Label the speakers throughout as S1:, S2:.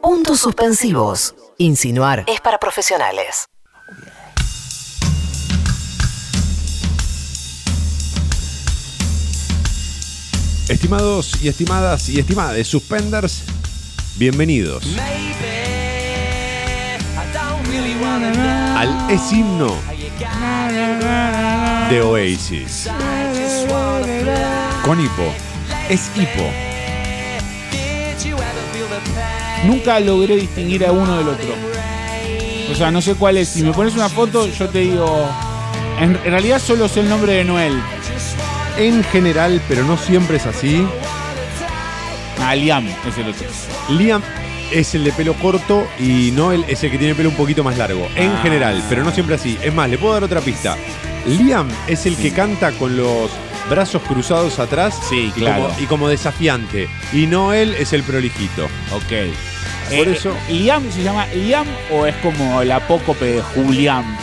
S1: Puntos suspensivos. Insinuar es para profesionales.
S2: Estimados y estimadas y estimades suspenders, bienvenidos al es himno de Oasis. Con hipo, es hipo.
S3: Nunca logré distinguir a uno del otro. O sea, no sé cuál es. Si me pones una foto, yo te digo. En en realidad solo sé el nombre de Noel.
S2: En general, pero no siempre es así,
S3: Ah, Liam es el otro.
S2: Liam es el de pelo corto y Noel es el que tiene el pelo un poquito más largo. En
S3: Ah.
S2: general, pero no siempre así. Es más, le puedo dar otra pista. Liam es el que canta con los brazos cruzados atrás
S3: Sí,
S2: y
S3: claro.
S2: como, y como desafiante. Y Noel es el prolijito.
S3: Ok. Eh,
S2: Por eso-
S3: ¿Liam se llama Liam o es como el apócope de Julián?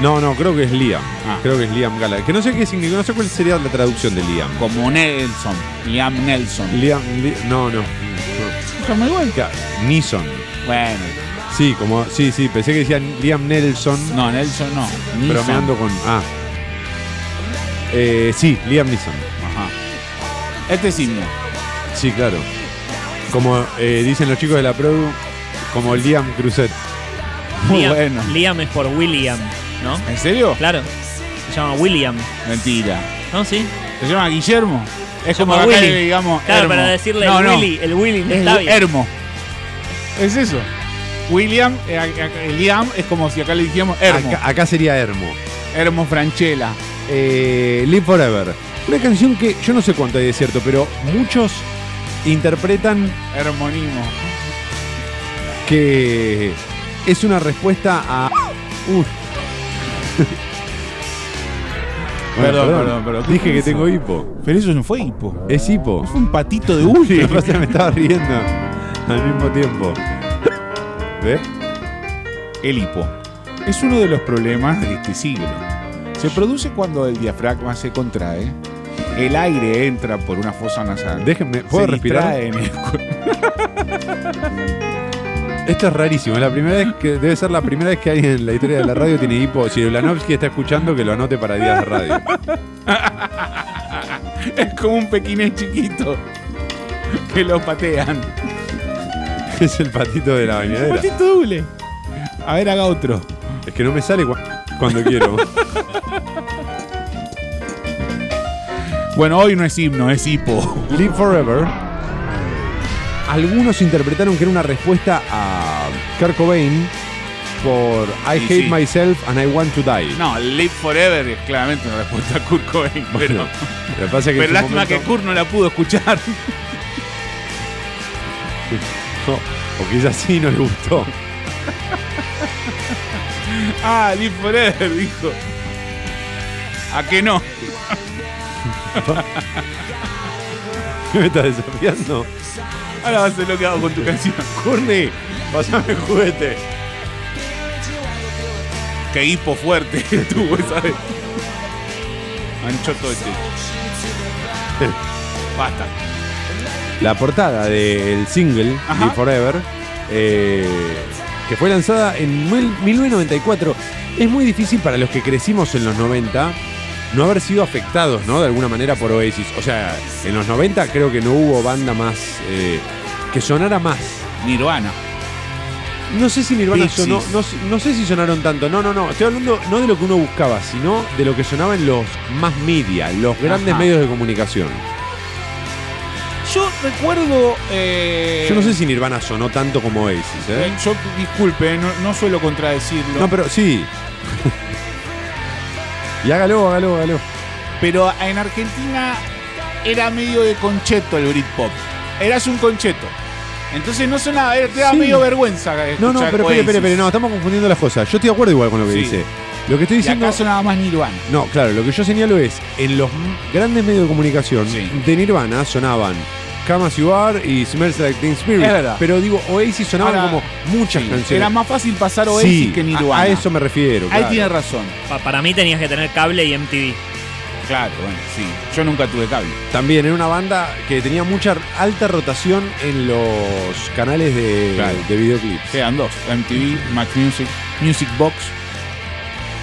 S2: No, no, creo que es Liam.
S3: Ah.
S2: Creo que es Liam Gallagher. Que no sé qué significa, no sé cuál sería la traducción de Liam.
S3: Como Nelson. Liam Nelson.
S2: Liam, Li- no, no. no.
S3: Está muy bueno.
S2: Ca- Neeson.
S3: Bueno,
S2: Sí, como, sí, sí, pensé que decían Liam Nelson.
S3: no, Nelson no. Neeson.
S2: Bromeando con. Ah. Eh, sí, Liam Neeson.
S3: Ajá. Este es himno.
S2: Sí, claro. Como eh, dicen los chicos de la Produ, como Liam Cruzet.
S3: Muy
S4: Liam,
S3: bueno.
S4: Liam es por William, ¿no?
S3: ¿En serio?
S4: Claro. Se llama William.
S3: Mentira.
S4: ¿No? Sí.
S3: ¿Se llama Guillermo? Es como
S4: Llama
S3: acá
S4: Willy.
S3: le digamos.
S4: Claro,
S3: Hermo.
S4: para decirle
S3: No,
S4: el
S3: no.
S4: Willy. El Willy no
S3: Es
S4: está bien.
S3: Hermo. Es eso. William, eh, a- a- el Liam es como si acá le dijéramos Hermo.
S2: Acá, acá sería Hermo.
S3: Hermo Franchella.
S2: Eh, Live Forever. Una canción que yo no sé cuánto hay de cierto, pero muchos interpretan
S3: Hermonimo.
S2: que es una respuesta a. Uy. Bueno,
S3: Perdón, perdón, perdón. ¿Qué
S2: Dije que
S3: hizo?
S2: tengo hipo.
S3: Pero eso no fue hipo.
S2: Es hipo.
S3: Fue un patito de
S2: Lo
S3: Willy.
S2: que pasa es que me estaba riendo al mismo tiempo. ¿Ves?
S3: El hipo es uno de los problemas de este siglo. Se produce cuando el diafragma se contrae, el aire entra por una fosa nasal.
S2: Déjenme, ¿puedo
S3: se
S2: respirar?
S3: distrae en el cuerpo.
S2: Esto es rarísimo. Es la primera vez que debe ser la primera vez que alguien en la historia de la radio tiene hipo. Si Ulanovsky está escuchando, que lo anote para días de radio.
S3: Es como un pequinés chiquito que lo patean.
S2: Es el patito de la bañadera.
S3: Patito doble. A ver, haga otro.
S2: Es que no me sale cua- cuando quiero.
S3: Bueno, hoy no es himno, es hipo.
S2: Live Forever. Algunos interpretaron que era una respuesta a Kurt Cobain por I
S3: Y
S2: hate
S3: sí.
S2: myself and I want to die.
S3: No, Live Forever es claramente una respuesta a Kurt Cobain,
S2: Bueno,
S3: pero,
S2: lo que pasa es que
S3: pero
S2: en su
S3: lástima
S2: momento-
S3: que Kurt no la pudo escuchar.
S2: No, o quizás sí no le gustó.
S3: Ah, Live Forever, dijo. ¿A que no?
S2: ¿Qué me estás desafiando?
S3: Ahora vas a hacer lo que hago con tu canción.
S2: Courtney, pasame el juguete.
S3: Qué hipo fuerte que tuvo, ¿sabes? Anchoto este. Eh. Basta.
S2: La portada del single
S3: Ajá.
S2: Live Forever, eh, que fue lanzada en mil- 1994, es muy difícil para los que crecimos en los 90 no haber sido afectados, ¿no? De alguna manera por Oasis. O sea, en los 90 creo que no hubo banda más eh, que sonara más.
S3: Nirvana.
S2: No sé si Nirvana
S3: Pixies.
S2: sonó, no, sé- no sé si sonaron tanto. No, no, no. Estoy hablando no de lo que uno buscaba, sino de lo que sonaba en los más media, en los grandes
S3: Ajá.
S2: medios de comunicación.
S3: Yo recuerdo. eh,
S2: Yo no sé si Nirvana sonó tanto como Oasis, ¿eh?
S3: eh, Yo, disculpe, no, no suelo contradecirlo.
S2: No, pero sí. y hágalo, hágalo, hágalo.
S3: Pero en Argentina era medio de concheto el Britpop. Eras un concheto. Entonces no sonaba, era- te da
S2: Sí.
S3: medio vergüenza.
S2: No,
S3: escuchar
S2: no, pero espere,
S3: Oasis.
S2: espere, espere, no, estamos confundiendo las cosas. Yo estoy de acuerdo igual con lo que
S3: Sí.
S2: dice. Lo que estoy
S3: Y
S2: diciendo.
S3: acá sonaba más Nirvana.
S2: No, claro, lo que yo señalo es, en los m- grandes medios de comunicación
S3: Sí.
S2: de Nirvana sonanaban Come As You Are y Smells Like Teen Spirit.
S3: Es verdad.
S2: Pero digo, Oasis sonaban
S3: Ahora,
S2: como muchas
S3: Sí.
S2: canciones.
S3: Era más fácil pasar Oasis
S2: Sí,
S3: que
S2: a-
S3: Nirvana.
S2: A, eso me refiero.
S3: Ahí
S2: claro.
S3: tiene razón.
S4: Pa- para mí tenías que tener cable y MTV.
S3: Claro, bueno, sí. Yo nunca tuve cable.
S2: También era una banda que tenía mucha alta rotación en los canales de,
S3: Claro.
S2: de videoclips.
S3: Quedan dos: MTV, Max Music, Music Box.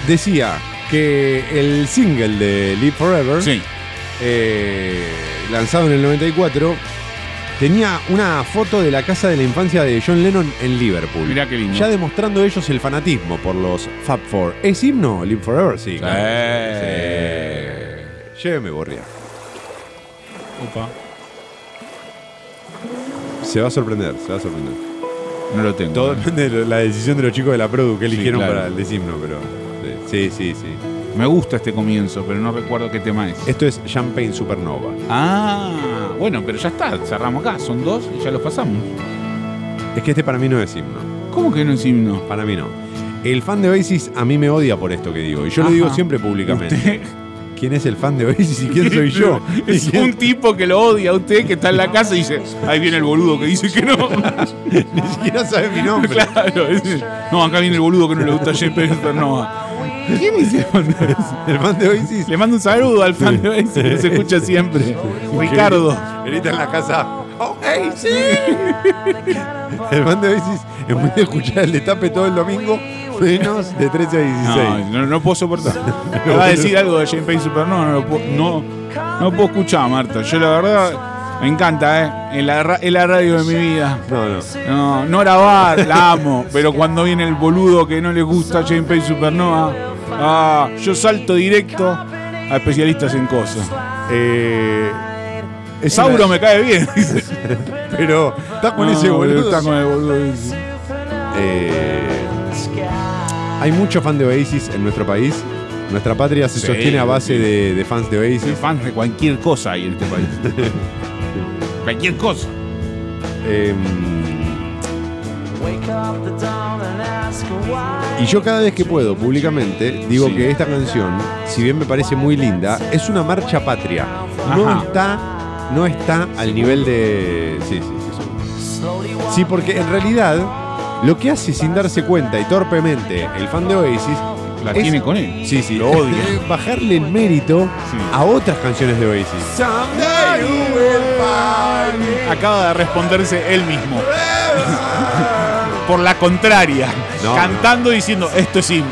S2: Decía que el single de Live Forever,
S3: Sí.
S2: eh, lanzado en el 94, tenía una foto de la casa de la infancia de John Lennon en Liverpool.
S3: Mirá qué lindo.
S2: Ya demostrando ellos el fanatismo por los Fab Four. ¿Es himno Live Forever? Sí.
S3: Eh.
S2: Sí. Lléveme, Borria.
S3: Opa.
S2: Se va a sorprender, se va a sorprender.
S3: No lo tengo.
S2: Todo depende de la decisión de los chicos de la Produ que
S3: Sí,
S2: eligieron
S3: claro.
S2: para el deshimno, pero. Sí, sí, sí. sí.
S3: Me gusta este comienzo, pero no recuerdo qué tema es.
S2: Esto es Champagne Supernova.
S3: Ah, bueno, pero ya está. Cerramos acá. Son dos y ya los pasamos.
S2: Es que este para mí no es himno.
S3: ¿Cómo que no es himno?
S2: Para mí no. El fan de Oasis a mí me odia por esto que digo. Y yo lo
S3: Ajá.
S2: digo siempre públicamente.
S3: Usted-
S2: ¿Quién es el fan de Oasis y quién soy yo?
S3: Es
S2: ¿Y quién-
S3: un tipo que lo odia a usted, que está en la casa y dice, ahí viene el boludo que dice que no.
S2: Ni siquiera sabe mi nombre.
S3: claro, es- no, acá viene el boludo que no le gusta Jeff Supernova. ¿Quién es el fan de Oasis?
S2: El fan de Oasis.
S3: Le mando un saludo al fan de Oasis, que se escucha siempre. Ricardo.
S2: Grita en la casa. ¡Oasis! El fan de Oasis es muy de escuchar el destape todo el domingo, menos de 13 a 16.
S3: No, no, no puedo soportar. Me va a decir algo de Champagne Supernova, no lo puedo, no, no puedo escuchar, Marta. Yo la verdad, me encanta, ¿eh? Es la, ra- es la radio de mi vida.
S2: no, no.
S3: No, Nora Bar, la amo, pero cuando viene el boludo que no le gusta Champagne Supernova, ah, yo salto directo a especialistas en cosas.
S2: Eh, es
S3: Sauro
S2: una-
S3: me cae bien, dice.
S2: Pero está con ese
S3: No,
S2: boludo.
S3: Está con el boludo. dice.
S2: Eh, hay mucho fan de Oasis en nuestro país. Nuestra patria se
S3: Sí,
S2: sostiene a base
S3: sí.
S2: de, de fans de
S3: Soy
S2: Oasis.
S3: fan de cualquier cosa ahí en este país. cualquier cosa.
S2: Eh, y yo cada vez que puedo públicamente digo
S3: Sí.
S2: que esta canción, si bien me parece muy linda, es una marcha patria. No
S3: Ajá.
S2: está, no está al nivel de. Sí, sí, sí, sí. Sí, porque en realidad lo que hace sin darse cuenta y torpemente el fan de Oasis
S3: La
S2: es-
S3: tiene con él.
S2: Sí, sí,
S3: Lo odia.
S2: Bajarle el mérito
S3: Sí.
S2: a otras canciones de Oasis.
S3: Acaba de responderse él mismo. Por la contraria.
S2: No,
S3: cantando y diciendo, esto es himno.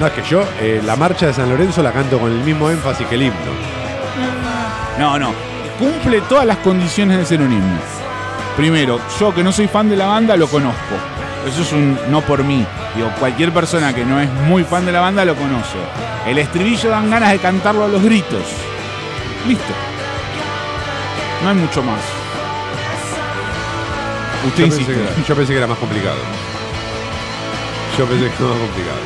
S2: No, es que yo eh, la marcha de San Lorenzo la canto con el mismo énfasis que el himno.
S3: No, no. Cumple todas las condiciones de ser un himno. Primero, yo que no soy fan de la banda lo conozco. Eso es un no por mí. Digo, cualquier persona que no es muy fan de la banda lo conoce. El estribillo dan ganas de cantarlo a los gritos. Listo. No hay mucho más. Usted
S2: Yo pensé,
S3: insiste.
S2: que era, yo pensé que era más complicado. Yo pensé que era más complicado.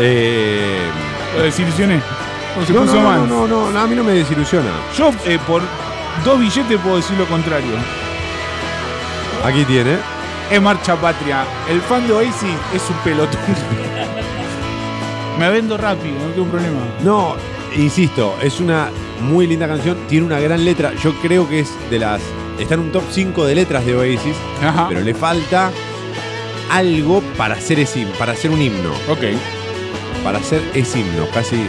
S2: Eh,
S3: Lo desilusioné. Se
S2: no,
S3: puso
S2: no,
S3: mal.
S2: no, no, no, no, a mí no me desilusiona.
S3: Yo eh, por dos billetes puedo decir lo contrario.
S2: Aquí tiene.
S3: Es marcha patria. El fan de Oasis es un pelotón. Me vendo rápido, no tengo problema.
S2: No, insisto, es una muy linda canción, tiene una gran letra. Yo creo que es de las. Está en un top 5 de letras de Oasis.
S3: Ajá.
S2: pero le falta algo para hacer ese, him- para hacer un himno,
S3: ok.
S2: para hacer ese himno, casi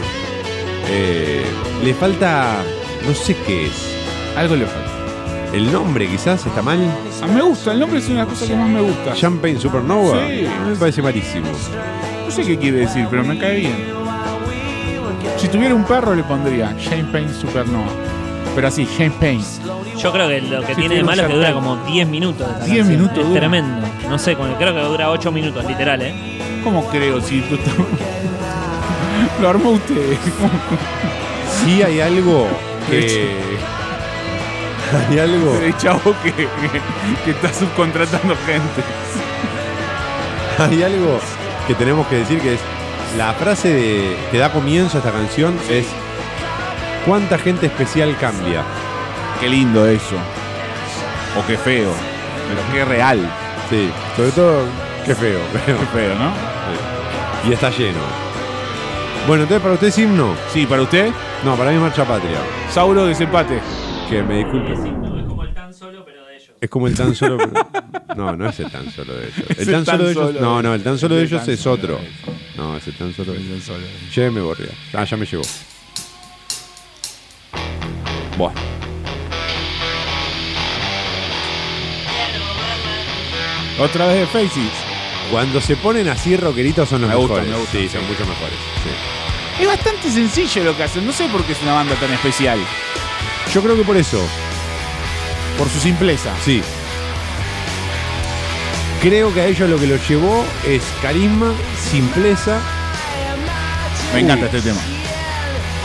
S2: eh, le falta no sé qué es.
S3: Algo le falta.
S2: El nombre quizás está mal.
S3: Ah, me gusta, el nombre es una cosa que más me gusta.
S2: Champagne Supernova.
S3: Sí.
S2: Me parece malísimo.
S3: No sé qué quiere decir, pero me cae bien. Si tuviera un perro le pondría Champagne Supernova. Pero así, Champagne.
S4: Yo creo que lo que
S3: Sí,
S4: tiene
S3: tiene
S4: de malo es que
S3: un
S4: dura
S3: sartén.
S4: como 10 minutos.
S3: 10
S4: esta canción.
S3: minutos
S4: Es
S3: dura.
S4: tremendo. No sé, como- creo que dura 8 minutos, literal, ¿eh?
S3: ¿Cómo creo si tú estás- Lo armó usted.
S2: Sí hay algo que hay algo
S3: El chavo que, que está subcontratando gente.
S2: hay algo que tenemos que decir que es la frase de- que da comienzo a esta canción es cuánta gente especial cambia.
S3: Qué lindo eso. O qué feo. Pero qué real.
S2: Sí, sobre todo qué feo. pero-
S3: Qué feo, ¿no?
S2: Y está lleno. Bueno, entonces para usted es himno.
S3: Sí, para usted,
S2: No, para mí es marcha patria.
S3: Sauro desempate.
S2: Que me disculpen.
S4: Es como el tan solo, pero de ellos.
S2: Es como el tan solo. No, no es el tan solo de ellos. El
S3: Es
S2: tan solo de ellos.
S3: solo
S2: No, no, el tan solo de
S3: Es el
S2: ellos
S3: tan
S2: es
S3: solo
S2: otro.
S3: de ellos.
S2: No, es el tan solo de ellos.
S3: Solo.
S2: Lléveme, Borria. Ah, ya me llegó.
S3: Buah. Otra vez de Faces.
S2: Cuando se ponen así rockeritos son los
S3: Me gusta,
S2: mejores.
S3: me gusta,
S2: sí,
S3: sí.
S2: son mucho mejores. sí.
S3: Es bastante sencillo lo que hacen. No sé por qué es una banda tan especial.
S2: Yo creo que por eso,
S3: Por su simpleza.
S2: sí. Creo que a ellos lo que los llevó es carisma, simpleza,
S3: Me encanta este tema.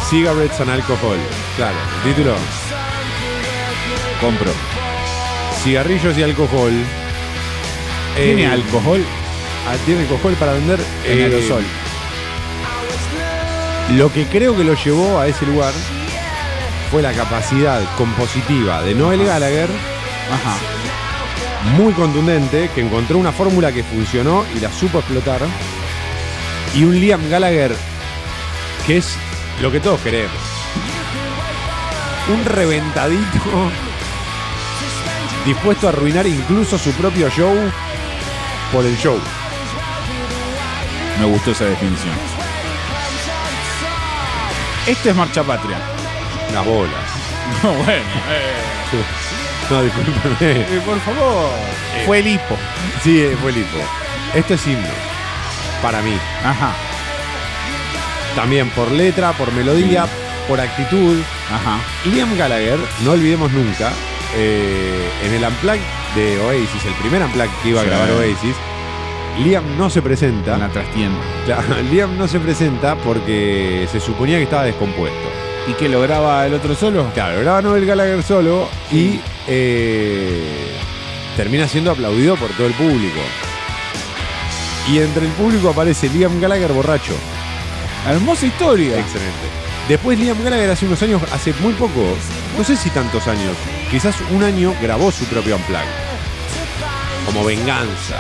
S2: cigarettes and alcohol. Claro, el título,
S3: Compro.
S2: cigarrillos y alcohol.
S3: ¿Tiene
S2: Eh,
S3: alcohol?
S2: Ah, Tiene alcohol para vender
S3: En
S2: eh,
S3: aerosol.
S2: Lo que creo que lo llevó a ese lugar fue la capacidad compositiva de Noel Gallagher,
S3: Ajá.
S2: muy contundente, que encontró una fórmula que funcionó y la supo explotar. Y un Liam Gallagher que es lo que todos queremos. Un reventadito dispuesto a arruinar incluso su propio show por el show.
S3: Me gustó esa definición. Este es Marcha Patria.
S2: Las bolas.
S3: No, bueno. eh,
S2: No, discúlpame.
S3: eh, por favor. Fue el hipo.
S2: Sí, eh, fue el hipo. Esto es himno. Para mí.
S3: Ajá.
S2: También por letra, por melodía,
S3: Sí.
S2: por actitud.
S3: Ajá.
S2: Liam Gallagher, no olvidemos nunca, eh, en el Unplugged de Oasis, el primer Unplugged que iba a
S3: Sí.
S2: grabar Oasis, Liam no se presenta.
S3: Una trastienda.
S2: Claro, Liam no se presenta porque se suponía que estaba descompuesto.
S3: ¿Y qué lo graba el otro solo?
S2: Claro, graba Noel Gallagher solo y eh, termina siendo aplaudido por todo el público. Y entre el público aparece Liam Gallagher borracho.
S3: Hermosa historia.
S2: Excelente. Después Liam Gallagher hace unos años, hace muy poco, no sé si tantos años, quizás un año grabó su propio Unplugged. Como venganza.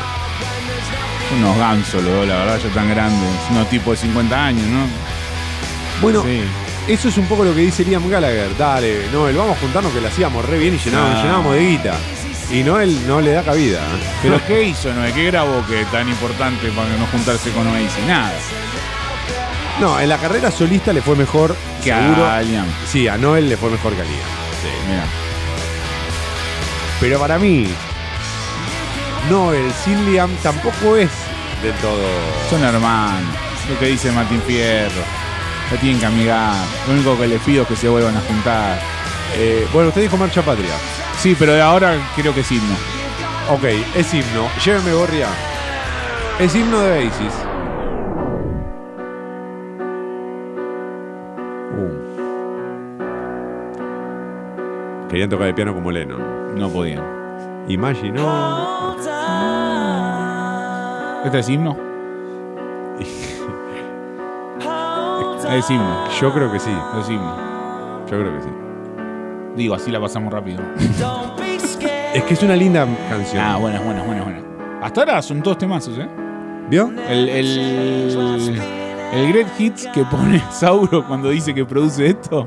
S3: Unos gansos, los dos, la verdad, ya tan grandes. Unos tipos de 50 años, ¿no?
S2: Bueno,
S3: Sí.
S2: eso es un poco lo que dice Liam Gallagher. Dale, Noel, vamos a juntarnos que la hacíamos re bien y llenábamos,
S3: Ah.
S2: llenábamos de guita. Y Noel no le da cabida. ¿eh?
S3: Pero ¿qué hizo, Noé? ¿Qué grabó que es tan importante para no juntarse con Oasis? Nada.
S2: No, en la carrera solista le fue mejor
S3: Que
S2: seguro.
S3: a Liam.
S2: Sí, a Noel le fue mejor que a Liam.
S3: Mira.
S2: Pero para mí, Noel sin Liam tampoco es del todo.
S3: Son hermanos. Lo que dice Martín Fierro. Lo tienen que amigar. Lo único que les pido es que se vuelvan a juntar.
S2: Eh, bueno, usted dijo Marcha Patria.
S3: Sí, pero de ahora creo que sí, no.
S2: Ok, es himno. Llévenme Gorria. Es himno de Oasis. Uh. Querían tocar el piano como Lennon.
S3: No podían.
S2: Imaginó.
S3: ¿Este es himno? es himno.
S2: Yo creo que sí.
S3: Es himno.
S2: Yo creo que sí.
S3: Digo, así la pasamos rápido.
S2: Es que es una linda canción.
S3: Ah, buenas, buenas, buenas, buenas. Hasta ahora son dos temazos, ¿eh?
S2: ¿Vio?
S3: El, el, el Great Hits que pone Sauro cuando dice que produce esto.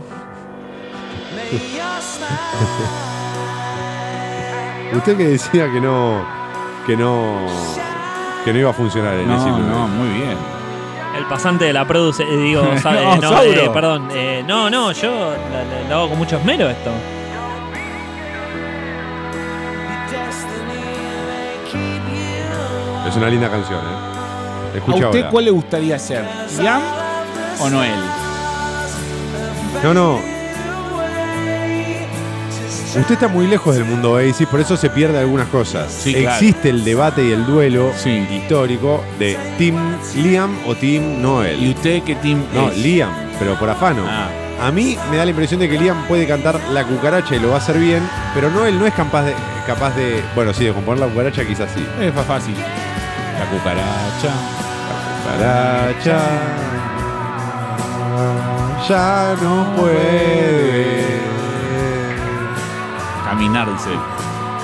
S2: Usted que decía que no. que no. que no iba a funcionar el es himno de Oasis.
S3: muy bien.
S4: El pasante de la produce, eh, digo, sa- eh,
S3: No,
S4: no,
S3: Sauro.
S4: eh, perdón. eh, no, no, yo la- la- lo hago con mucho esmero esto.
S2: Es una linda canción, ¿eh? Escucha
S3: ¿A usted
S2: ahora.
S3: cuál le gustaría ser? ¿Liam o Noel?
S2: No, no. Usted está muy lejos del mundo Oasis, por eso se pierde algunas cosas.
S3: Sí, claro.
S2: Existe el debate y el duelo
S3: Sí.
S2: histórico de Team Liam o Team
S3: ¿Y
S2: Noel.
S3: usted qué team
S2: No,
S3: es?
S2: Liam, pero por afano.
S3: Ah.
S2: A mí me da la impresión de que Liam puede cantar La cucaracha y lo va a hacer bien, pero Noel no es capaz de. Capaz de bueno, sí, de componer La cucaracha quizás sí.
S3: Es más fácil. La cucaracha.
S2: Cucaracha. Ya no puede.
S3: Caminar, dice.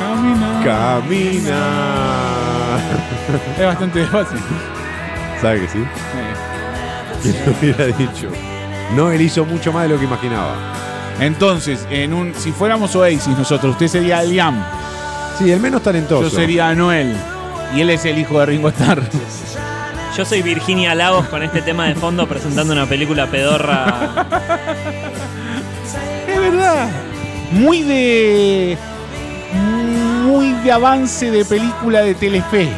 S3: Caminar.
S2: Camina.
S3: es bastante fácil. Eh,
S2: ¿Sabe que sí? ¿Quién lo hubiera dicho? No, él hizo mucho más de lo que imaginaba.
S3: Entonces, en un, si fuéramos Oasis nosotros, usted sería Liam,
S2: Sí, el menos talentoso.
S3: yo sería Noel. Y él es el hijo de Ringo Starr.
S4: Yo soy Virginia Lagos con este tema de fondo presentando una película pedorra.
S3: Es verdad. muy de. Muy de avance de película de Telefe.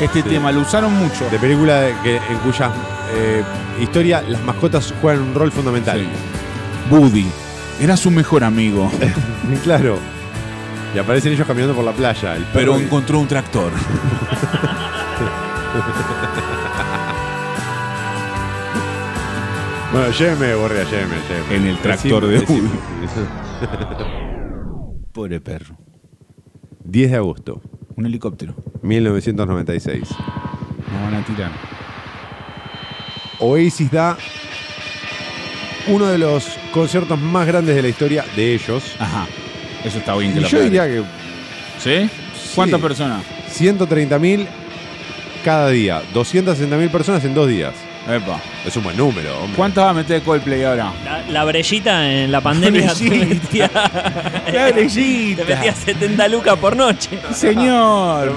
S3: Este
S2: Sí.
S3: tema, lo usaron mucho.
S2: De película de- que, en cuya eh, historia las mascotas juegan un rol fundamental.
S3: Sí. Woody, era su mejor amigo,
S2: Claro. Y aparecen ellos caminando por la playa. El
S3: pero
S2: perro-
S3: encontró un tractor.
S2: Bueno, lléveme, Borrea, lléveme, lléveme.
S3: En el tractor de
S2: Decime,
S3: Woody.
S2: decime.
S3: Pobre perro.
S2: 10 de agosto,
S3: Un helicóptero.
S2: 1996.
S3: Nos van a tirar.
S2: Oasis da uno de los conciertos más grandes de la historia de ellos.
S3: Ajá. Eso está bien que
S2: Y
S3: lo
S2: yo diría
S3: paren.
S2: que
S3: ¿Sí? ¿Cuántas personas?
S2: 130.000 cada día. 260.000 personas en dos días.
S3: Epa.
S2: Es un buen número, hombre.
S3: ¿Cuántas va a meter Coldplay ahora?
S4: La, la brellita en la pandemia te
S3: Brellita.
S4: metía, te metía 70 lucas por noche.
S3: Señor,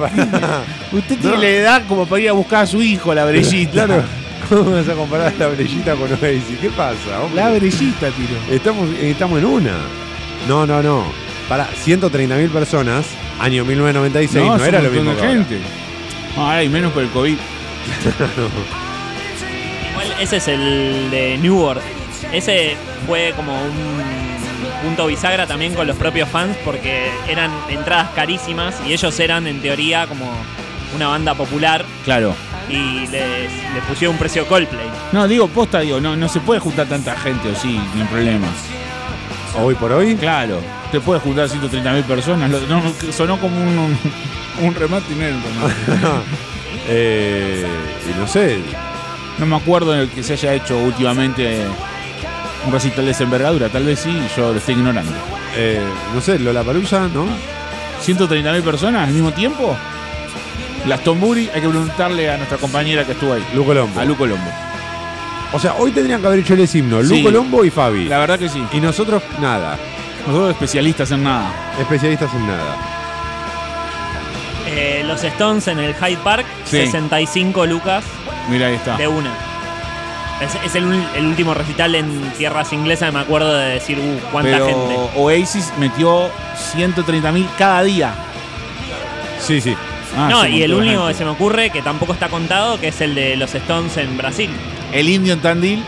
S3: usted tiene la edad como para ir a buscar a su hijo, la brellita.
S2: Claro. ¿Cómo vas a comparar la brellita con Oasis? ¿Qué pasa, hombre?
S3: La brellita, tiro.
S2: Estamos, estamos en una. No, no, no. Para 130.000 personas, año 1996, no, era lo mismo. que ahora.
S3: gente. No, ahora hay menos por el COVID.
S4: Igual ese es el de New World. Ese fue como un punto bisagra también con los propios fans porque eran entradas carísimas y ellos eran en teoría como una banda popular
S3: Claro.
S4: y les, les pusieron un precio Coldplay.
S3: No, digo, posta, digo, no, no se puede juntar tanta gente, o sí, no hay problema.
S2: Hoy por hoy,
S3: Claro, te puedes juntar 130.000 personas. Lo- no, sonó como un, un, un remate y no era un remate.
S2: eh, y no sé,
S3: No me acuerdo en el que se haya hecho últimamente un recital de esa envergadura. Tal vez sí, yo lo estoy ignorando.
S2: eh, no sé, Lollapalooza, ¿no?
S3: 130.000 personas al mismo tiempo. Las Tomburi, hay que preguntarle a nuestra compañera que estuvo ahí,
S2: Lu Colombo.
S3: a Lu Colombo.
S2: O sea, hoy tendrían que haber hecho el himno, Lu
S3: Sí.
S2: Colombo y Fabi.
S3: La verdad que sí.
S2: Y nosotros, nada.
S3: Nosotros especialistas en nada.
S2: Especialistas en nada.
S4: Eh, los Stones en el Hyde Park,
S3: Sí.
S4: 65 lucas
S3: Mira, ahí está.
S4: de una. Es, es el, ul- el último recital en tierras inglesas, me acuerdo de decir, uh, cuánta
S3: Pero
S4: gente.
S3: Oasis metió 130.000 cada día.
S2: Sí, sí.
S3: Ah,
S4: no,
S3: sí,
S4: y el
S3: montón de
S4: único que se
S3: gente.
S4: me ocurre que tampoco está contado, que es el de los Stones en Brasil.
S3: El indio en Tandil.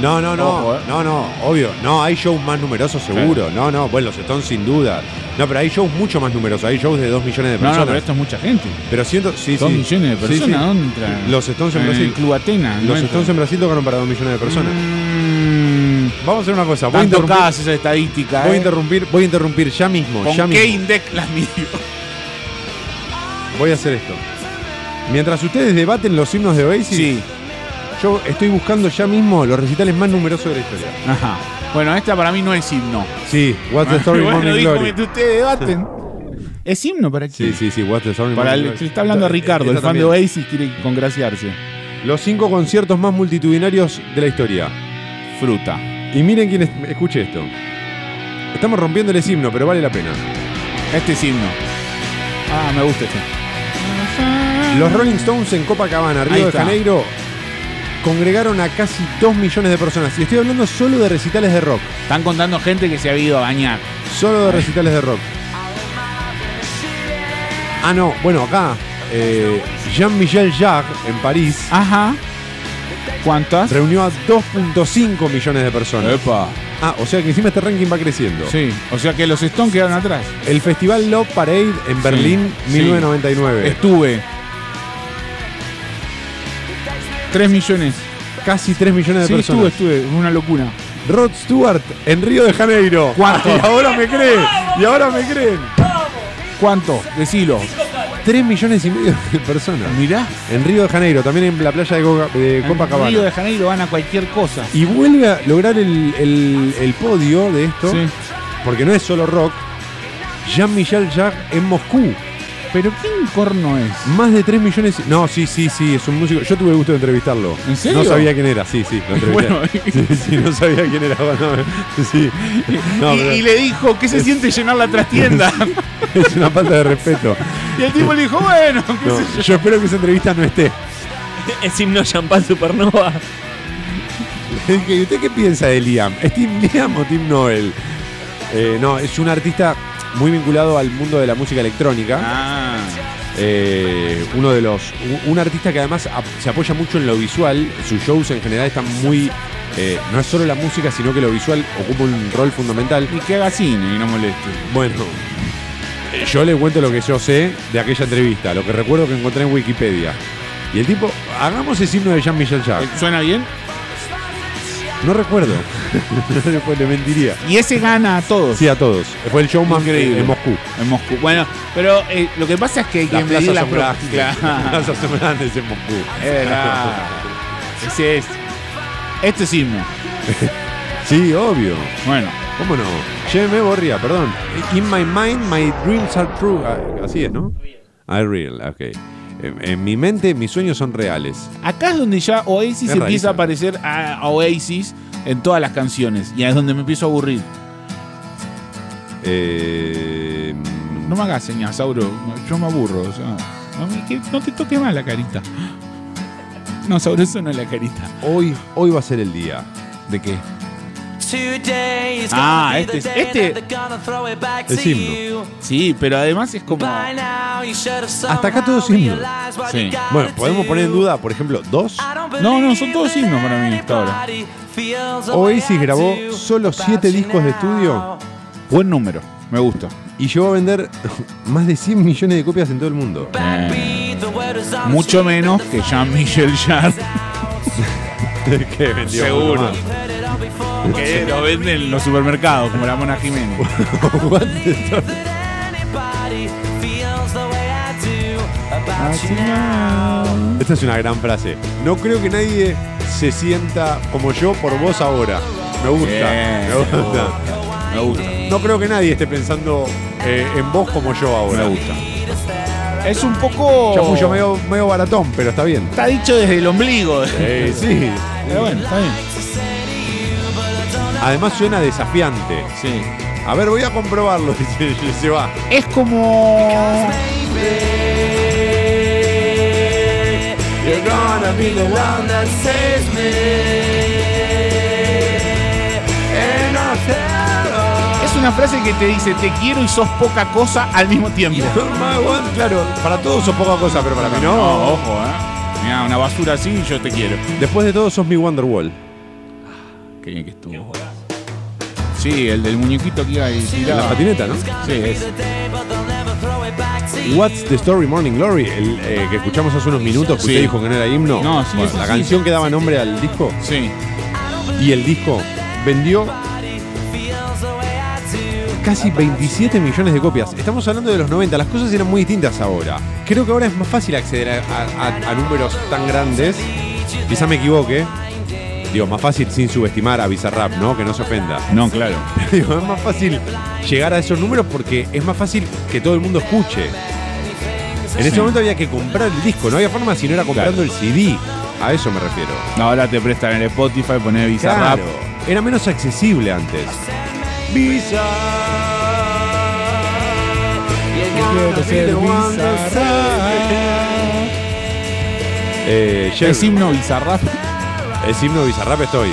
S2: No, no, no.
S3: Ojo, eh.
S2: No, no, obvio. No, hay shows más numerosos seguro. No, no. Bueno, los Stones sin duda. No, pero hay shows mucho más numerosos. Hay shows de 2 millones de
S3: No,
S2: personas.
S3: no, pero esto es mucha gente.
S2: Pero siento, sí,
S3: Dos
S2: sí.
S3: millones de
S2: Sí,
S3: personas.
S2: sí.
S3: ¿Dónde entran? Eh,
S2: Los Stones en
S3: el
S2: Brasil.
S3: Club Atenas.
S2: Los Stones en Brasil tocaron para 2 millones de personas.
S3: Brasil.
S2: Vamos a hacer una cosa. Voy a
S3: Mm, Tanto
S2: interrumpir,
S3: caso esa estadística.
S2: voy a
S3: eh.
S2: interrumpir, voy a interrumpir ya mismo. ya
S3: ¿Con
S2: mismo.
S3: qué index las midió?
S2: Voy a hacer esto. Mientras ustedes debaten los himnos de Oasis,
S3: Sí.
S2: yo estoy buscando ya mismo los recitales más numerosos de la historia.
S3: Ajá. Bueno, esta para mí no es himno.
S2: Sí, What's the Story
S3: Bueno,
S2: Morning
S3: dijo
S2: Glory.
S3: mientras ustedes debaten. ¿Es himno para qué?
S2: Sí, sí, sí, What's the Story
S3: Para
S2: Morning
S3: el
S2: Glory.
S3: que está hablando
S2: Esta-
S3: Ricardo, el
S2: esta
S3: fan de
S2: también.
S3: Oasis quiere congraciarse.
S2: Los cinco conciertos más multitudinarios de la historia.
S3: Fruta.
S2: Y miren quién es- escuche esto. Estamos rompiendo el himno, pero vale la pena.
S3: Este es himno. Ah, me gusta este.
S2: Los Rolling Stones en Copacabana,
S3: Ahí
S2: Río de
S3: está.
S2: Janeiro, congregaron a casi 2 millones de personas. Y estoy hablando solo de recitales de rock.
S3: Están contando gente que se ha ido a bañar.
S2: Solo de recitales de rock. Ah, no, bueno, acá. eh, Jean-Michel Jarre en París
S3: Ajá. ¿Cuántas?
S2: reunió a 2.5 millones de personas.
S3: Epa.
S2: Ah, o sea que encima este ranking va creciendo.
S3: Sí. O sea que los Stones quedaron atrás.
S2: El Festival Love Parade en Berlín,
S3: Sí.
S2: 1999.
S3: Estuve. 3 millones.
S2: Casi 3 millones de
S3: Sí, estuve,
S2: personas.
S3: estuve. Una locura.
S2: Rod Stewart en Río de Janeiro.
S3: ¿Cuánto?
S2: Y ahora me creen. Y ahora me creen.
S3: ¿Cuánto? Decilo.
S2: 3 millones y medio de personas.
S3: Mirá.
S2: En Río de Janeiro, también en la playa de, Goga- de
S3: En
S2: Copacabana.
S3: Río de Janeiro van a cualquier cosa.
S2: Y vuelve a lograr el, el- el podio de esto,
S3: Sí.
S2: porque no es solo rock. Jean-Michel Jarre en Moscú.
S3: Pero ¿quién corno es?
S2: Más de 3 millones. y- No, sí, sí, sí, es un músico. Yo tuve el gusto de entrevistarlo.
S3: ¿En
S2: No
S3: serio?
S2: sabía quién era, sí, sí. Lo entrevisté.
S3: Bueno,
S2: sí, sí, no sabía quién era. bueno, sí. No,
S3: y,
S2: pero
S3: y le dijo, ¿qué se siente llenar la trastienda?
S2: es una falta de respeto.
S3: y el tipo le dijo, bueno, qué
S2: No,
S3: sé yo.
S2: yo espero que esa entrevista no esté.
S4: Es himno champán supernova.
S2: Le dije, ¿y usted qué piensa de Liam? ¿Es Team Liam o Team Noel? Eh, no, es un artista muy vinculado al mundo de la música electrónica.
S3: Ah,
S2: Eh, uno de los. u- Un artista que además ap- se apoya mucho en lo visual. Sus shows en general están muy. eh, no es solo la música, sino que lo visual ocupa un rol fundamental.
S3: y que haga cine y no moleste.
S2: Bueno, eh, yo le cuento lo que yo sé de aquella entrevista, lo que recuerdo que encontré en Wikipedia. Y el tipo, hagamos el signo de Jean-Michel Jarre.
S3: Eh, ¿Suena bien?
S2: No recuerdo. Después le mentiría.
S3: Y ese gana a todos.
S2: Sí, a todos. Fue el show más
S3: Increíble.
S2: en Moscú.
S3: En Moscú. Bueno, pero eh, lo que pasa es que hay que
S2: Las
S3: medir
S2: plazas
S3: las
S2: son
S3: pro-
S2: grandes. Las
S3: Claro.
S2: plazas son grandes en Moscú.
S3: Es verdad. Ese es. Este es himno.
S2: Sí, obvio.
S3: Bueno,
S2: ¿Cómo no? Che, me borría, perdón. In my mind, my dreams are true. Ah, así es, ¿no? I real, ok. En, en mi mente, mis sueños son reales.
S3: acá es donde ya Oasis
S2: Es
S3: empieza
S2: rarísimo.
S3: a aparecer a, a Oasis en todas las canciones. Y ahí es donde me empiezo a aburrir.
S2: Eh,
S3: No me hagas señas, Sauro. Yo me aburro. o sea, no, me- que- no te toque más la carita. No, Sauro, eso no es la carita.
S2: hoy, hoy va a ser el día. ¿De qué?
S3: Ah, este es- este-
S2: Es himno.
S3: Sí, pero además es como.
S2: Hasta acá todo es himno.
S3: Sí.
S2: Bueno, podemos poner en duda, por ejemplo, dos.
S3: No, no, son todos himnos para mí hasta ahora.
S2: Oasis grabó solo siete discos de estudio
S3: Buen número. Me gusta.
S2: y llegó a vender más de 100 millones de copias en todo el mundo.
S3: Eh, mucho menos que Jean-Michel Jarre.
S2: que vendió
S3: Seguro.
S2: uno
S3: que lo venden en los supermercados, como la Mona Jiménez.
S2: más. What the fuck?
S3: Ah,
S2: Esta es una gran frase. No creo que nadie se sienta como yo por vos ahora. Me gusta.
S3: Bien,
S2: me gusta.
S3: me gusta, me gusta.
S2: No creo que nadie esté pensando eh, en vos como yo ahora.
S3: Me gusta. Es un poco.
S2: Chapullo medio, medio baratón, pero está bien.
S3: Está dicho desde el ombligo.
S2: Eh, sí.
S3: Pero bueno, está bien.
S2: Además suena desafiante.
S3: Sí.
S2: A ver, voy a comprobarlo. Y se- se va.
S3: Es como.
S2: You're gonna be the one that saves me. And I'll tell
S3: Es una frase que te dice te quiero y sos poca cosa al mismo tiempo.
S2: you my one. Claro, para todos sos poca cosa, pero para mí no.
S3: ojo, eh. Mira, una basura así y yo te quiero.
S2: Después de todo sos mi Wonderwall.
S3: Qué bien que estuvo. Sí, el del muñequito que iba y
S2: La
S3: tiraba.
S2: patineta, ¿no?
S3: Sí, es.
S2: What's the Story Morning Glory, el eh, que escuchamos hace unos minutos, que
S3: Sí.
S2: usted dijo que no era himno.
S3: No, sí,
S2: Bueno,
S3: sí,
S2: la
S3: sí,
S2: canción que daba nombre al disco
S3: Sí.
S2: y el disco vendió casi 27 millones de copias. Estamos hablando de los 90, las cosas eran muy distintas ahora. Creo que ahora es más fácil acceder a, a- a números tan grandes. Quizá me equivoque. Digo, más fácil sin subestimar a Bizarrap, ¿no? Que no se ofenda.
S3: No, claro.
S2: Digo, es más fácil llegar a esos números porque es más fácil que todo el mundo escuche. En ese
S3: Sí.
S2: momento había que comprar el disco, no había forma si no era comprando el CD. A eso me refiero.
S3: Ahora te prestan el Spotify, pones Bizarrap.
S2: Claro. Era menos accesible antes. Visa. Eh,
S3: Es
S2: llévenme.
S3: himno Bizarrap.
S2: Es himno Bizarrap estoy.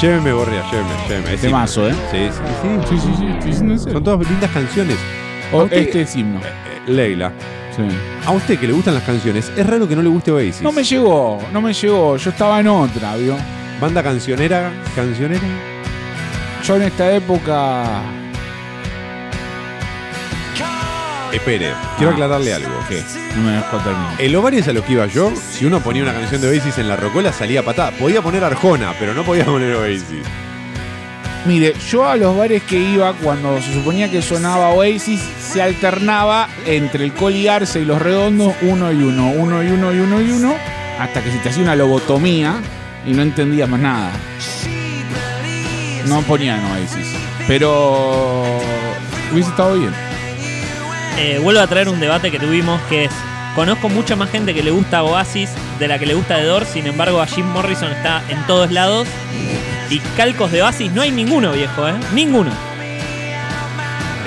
S2: Lléveme, Borria, lléveme, lléveme. Es himno.
S3: Temazo, ¿eh?
S2: Sí, sí, sí.
S3: Sí, sí, sí, estoy diciendo eso.
S2: Son todas lindas canciones.
S3: O
S2: ¿A usted-
S3: este es himno.
S2: Eh, Leila,
S3: Sí.
S2: a usted que le gustan las canciones, es raro que no le guste Oasis.
S3: No me llegó, no me llegó. Yo estaba en otra, ¿vio?
S2: Banda cancionera, cancionera. Eh,
S3: Yo en esta época.
S2: Espere, quiero
S3: Ah.
S2: aclararle algo. ¿Qué?
S3: No me dejó terminar.
S2: El ovario es a lo que iba yo. Si uno ponía una canción de Oasis en la rocola, salía patada. Podía poner Arjona, pero no podía poner Oasis.
S3: Mire, yo a los bares que iba cuando se suponía que sonaba Oasis, se alternaba entre el Coli Arce y los redondos, uno y uno, uno y uno y uno y uno, hasta que se te hacía una lobotomía y no entendías más nada. No ponían Oasis. Pero hubiese estado bien.
S4: Eh, vuelvo a traer un debate que tuvimos que es. Conozco mucha más gente que le gusta Oasis de la que le gusta The Doors, sin embargo a Jim Morrison está en todos lados. Y calcos de Oasis no hay ninguno, viejo, ¿eh? Ninguno.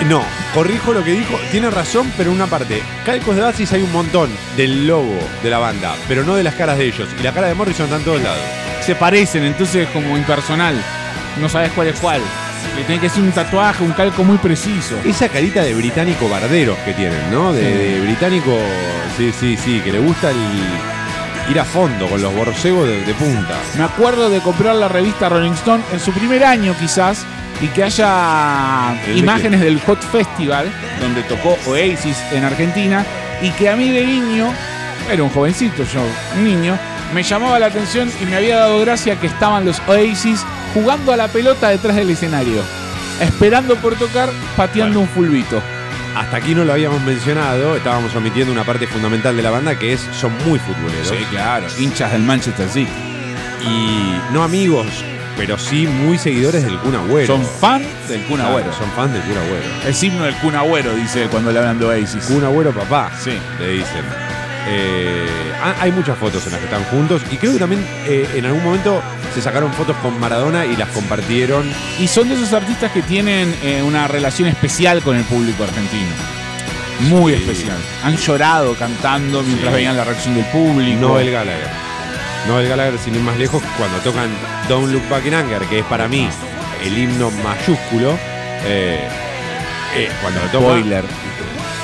S2: No, corrijo lo que dijo. Tiene razón, pero una parte. Calcos de Oasis hay un montón del logo de la banda, pero no de las caras de ellos. Y la cara de Morrison está en todos lados.
S3: Se parecen, entonces es como impersonal. No sabes cuál es cuál. Le tiene que hacer un tatuaje, un calco muy preciso.
S2: Esa carita de británico barderos que tienen, ¿no? De,
S3: Sí.
S2: de británico, sí, sí, sí, que le gusta el- ir a fondo con los borcegos de, de punta.
S3: Me acuerdo de comprar la revista Rolling Stone en su primer año quizás y que haya
S2: El
S3: imágenes del Hot Festival donde tocó Oasis en Argentina y que a mí de niño, era un jovencito yo, un niño, me llamaba la atención y me había dado gracia que estaban los Oasis jugando a la pelota detrás del escenario, esperando por tocar, pateando un fulbito.
S2: Hasta aquí no lo habíamos mencionado, estábamos omitiendo una parte fundamental de la banda que es son muy futboleros.
S3: claro, hinchas del Manchester City.
S2: Y no amigos, pero sí muy seguidores del Kun Agüero.
S3: Son fan del Kun
S2: Claro,
S3: Agüero.
S2: Son fans del Kun Agüero.
S3: Es himno del Kun Agüero, dice él cuando le hablan de Oasis.
S2: Kun Agüero papá.
S3: Sí.
S2: le dicen. Eh, ah, hay muchas fotos en las que están juntos y creo que también eh, en algún momento se sacaron fotos con Maradona y las compartieron.
S3: Y son de esos artistas que tienen eh, una relación especial con el público argentino. Muy
S2: Sí.
S3: especial. Han llorado cantando mientras
S2: Sí.
S3: veían la reacción del público.
S2: Noel Gallagher. Noel Gallagher, sin ir más lejos, cuando tocan Don't Look Back in Anger, que es para mí el himno mayúsculo, eh, eh, cuando lo toca...
S3: Spoiler.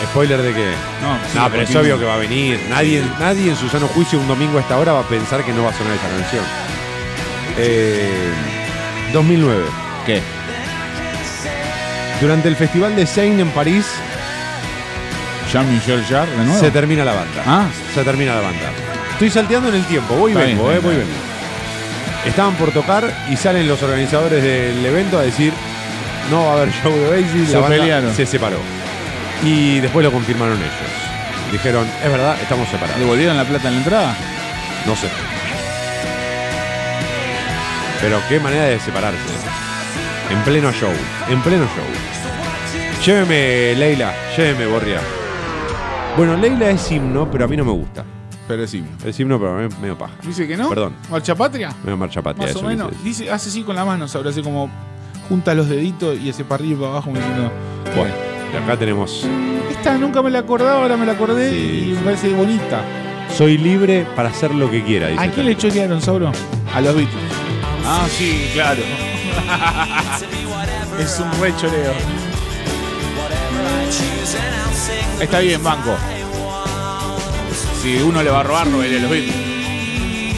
S2: ¿Spoiler de qué?
S3: No, sí,
S2: No, pero es
S3: porque-
S2: obvio que va a venir. Nadie, nadie en su sano juicio un domingo a esta hora va a pensar que no va a sonar esa canción. Eh, 2009.
S3: ¿Qué?
S2: Durante el Festival de Seine en París
S3: Jean-Michel Jarre, de nuevo.
S2: se termina la banda.
S3: Ah.
S2: Se termina la banda. Estoy salteando en el tiempo, voy y
S3: Está
S2: vengo,
S3: bien,
S2: eh,
S3: está
S2: voy y
S3: bien.
S2: vengo. Estaban por tocar y salen los organizadores del evento a decir no va a haber show de Oasis,
S3: Se
S2: la banda
S3: pelearon.
S2: se separó. Y después lo confirmaron ellos. Dijeron, es verdad, estamos separados.
S3: ¿Devolvieron la plata en la entrada?
S2: No sé. Pero qué manera de separarse. ¿eh? En pleno show. En pleno show. Lléveme, Leila. Lléveme, Borria. Bueno, Leila es himno, pero a mí no me gusta.
S3: Pero sí.
S2: Es himno, pero a mí medio paja.
S3: ¿Dice que no?
S2: Perdón.
S3: ¿Marcha patria?
S2: Medio marcha patria.
S3: Más
S2: eso
S3: o
S2: que
S3: menos.
S2: se dice.
S3: Dice, hace así con la mano, sabrá así como junta los deditos y hace para arriba y para abajo. como diciendo,
S2: Bueno, y acá tenemos.
S3: Esta nunca me la acordaba, ahora me la acordé
S2: Sí,
S3: y
S2: sí.
S3: me parece bonita.
S2: Soy libre para hacer lo que quiera. Dice
S3: ¿A quién le
S2: esta.
S3: chorearon, Sauro? A los Beatles. Ah, sí, claro. es un re choreo. Está bien, banco. Si uno le va a robar, robele a los Beatles.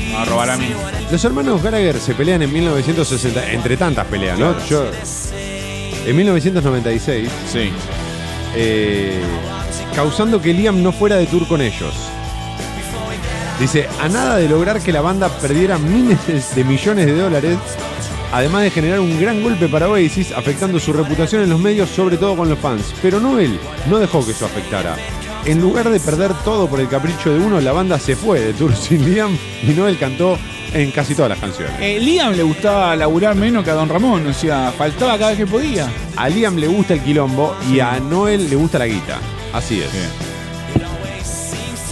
S3: Me va a robar a mí.
S2: Los hermanos Gallagher se pelean en 1960. Entre tantas peleas, ¿no? Yo. En 1996.
S3: Sí.
S2: eh, causando que Liam no fuera de tour con ellos. Dice, a nada de lograr que la banda perdiera miles de millones de dólares, además de generar un gran golpe para Oasis, afectando su reputación en los medios, sobre todo con los fans. Pero no él, no dejó que eso afectara. En lugar de perder todo por el capricho de uno, la banda se fue de tour sin Liam y Noel cantó en casi todas las canciones.
S3: Eh, Liam le gustaba laburar menos que a Don Ramón, o sea, faltaba cada vez que podía.
S2: A Liam le gusta el quilombo y a Noel le gusta la guita. Así es.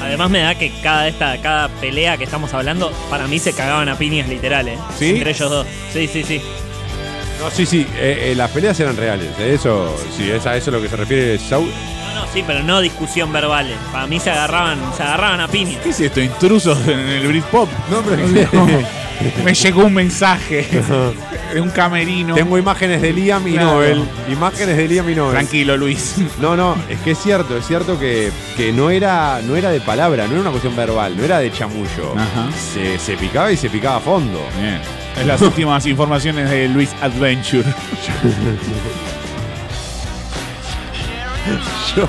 S4: Además me da que cada esta, cada pelea que estamos hablando, para mí se cagaban a piñas literales.
S3: ¿Sí?
S4: Entre ellos dos. Sí, sí, sí.
S2: No, sí, sí, eh, eh, las peleas eran reales. eh, Eso, sí, es a eso lo que se refiere Sau.
S4: No, no, sí, pero no discusión verbal. eh. Para mí se agarraban, se agarraban a piñas.
S3: ¿Qué es esto? ¿Intrusos en el Britpop?
S2: No, pero-
S3: Me llegó un mensaje de un camerino.
S2: Tengo imágenes de Liam y
S3: Claro.
S2: Noel. Imágenes de Liam y Noel.
S3: Tranquilo, Luis.
S2: No, no, es que es cierto, es cierto que, que no, era, no era de palabra, no era una cuestión verbal, no era de chamullo.
S3: Ajá.
S2: Se, se picaba y se picaba a fondo.
S3: Bien. Es las últimas informaciones de Luis Adventure.
S2: Yo,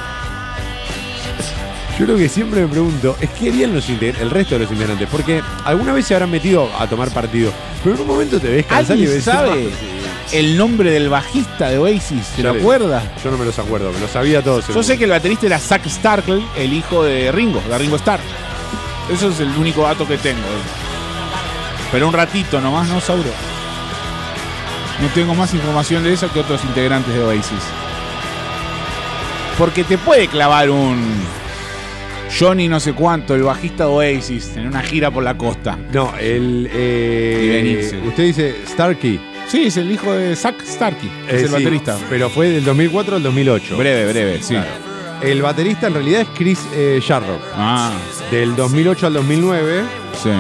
S2: yo lo que siempre me pregunto es qué harían los inte- el resto de los integrantes, porque alguna vez se habrán metido a tomar partido, pero en un momento te ves cansar y
S3: ¿Alguien
S2: ves
S3: sabe el nombre del bajista de Oasis? ¿Te
S2: Ya
S3: lo
S2: le-
S3: acuerdas?
S2: Yo no me los acuerdo, me los sabía todos.
S3: Yo sé que el baterista era Zack Starkle, el hijo de Ringo, de Ringo Starr. Eso es el único dato que tengo. eh. Pero un ratito nomás, ¿no, Sauro? No tengo más información de eso que otros integrantes de Oasis. Porque te puede clavar un Johnny no sé cuánto, el bajista de Oasis, en una gira por la costa.
S2: No, el.
S3: Y
S2: Eh,
S3: venirse.
S2: usted dice Starkey.
S3: Sí, es el hijo de Zack Starkey, es
S2: Eh,
S3: el
S2: sí,
S3: baterista.
S2: Pero fue del 2004 al 2008.
S3: Breve, breve, sí.
S2: Claro. El baterista en realidad es Chris eh, Sharrock.
S3: Ah,
S2: Del 2008 al 2009.
S3: sí.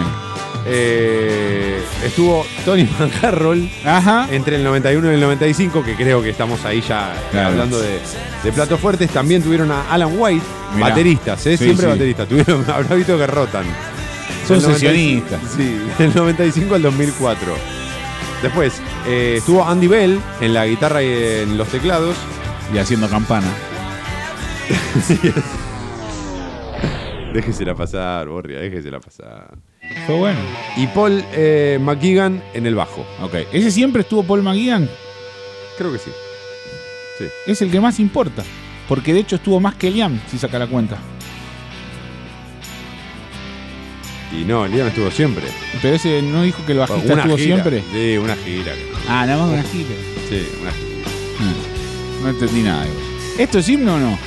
S2: eh, estuvo Tony Manjarrol
S3: Ajá.
S2: entre el 91 y el 95, que creo que estamos ahí ya eh,
S3: Claro.
S2: hablando de, de platos fuertes. También tuvieron a Alan White,
S3: Mirá.
S2: bateristas, ¿eh?
S3: Sí,
S2: siempre
S3: sí.
S2: bateristas. Tuvieron, habrá visto que rotan.
S3: Son
S2: Del 95
S3: sesionistas.
S2: Sí, del 95 al 2004. Después eh, estuvo Andy Bell en la guitarra y en los teclados.
S3: Y haciendo campana.
S2: Déjesela pasar, Borria, déjesela pasar.
S3: Fue bueno.
S2: Y Paul eh, McGuigan en el bajo.
S3: Ok. ¿Ese siempre estuvo Paul McGuigan?
S2: Creo que sí.
S3: Es el que más importa. Porque de hecho estuvo más que Liam, si saca la cuenta.
S2: Y no, Liam estuvo siempre.
S3: Pero ese no dijo que el bajista estuvo
S2: gira.
S3: siempre.
S2: Sí, una gira.
S3: Ah, nada más una gira.
S2: Sí, una gira.
S3: Mm. No entendí nada. igual. ¿Esto es himno o no?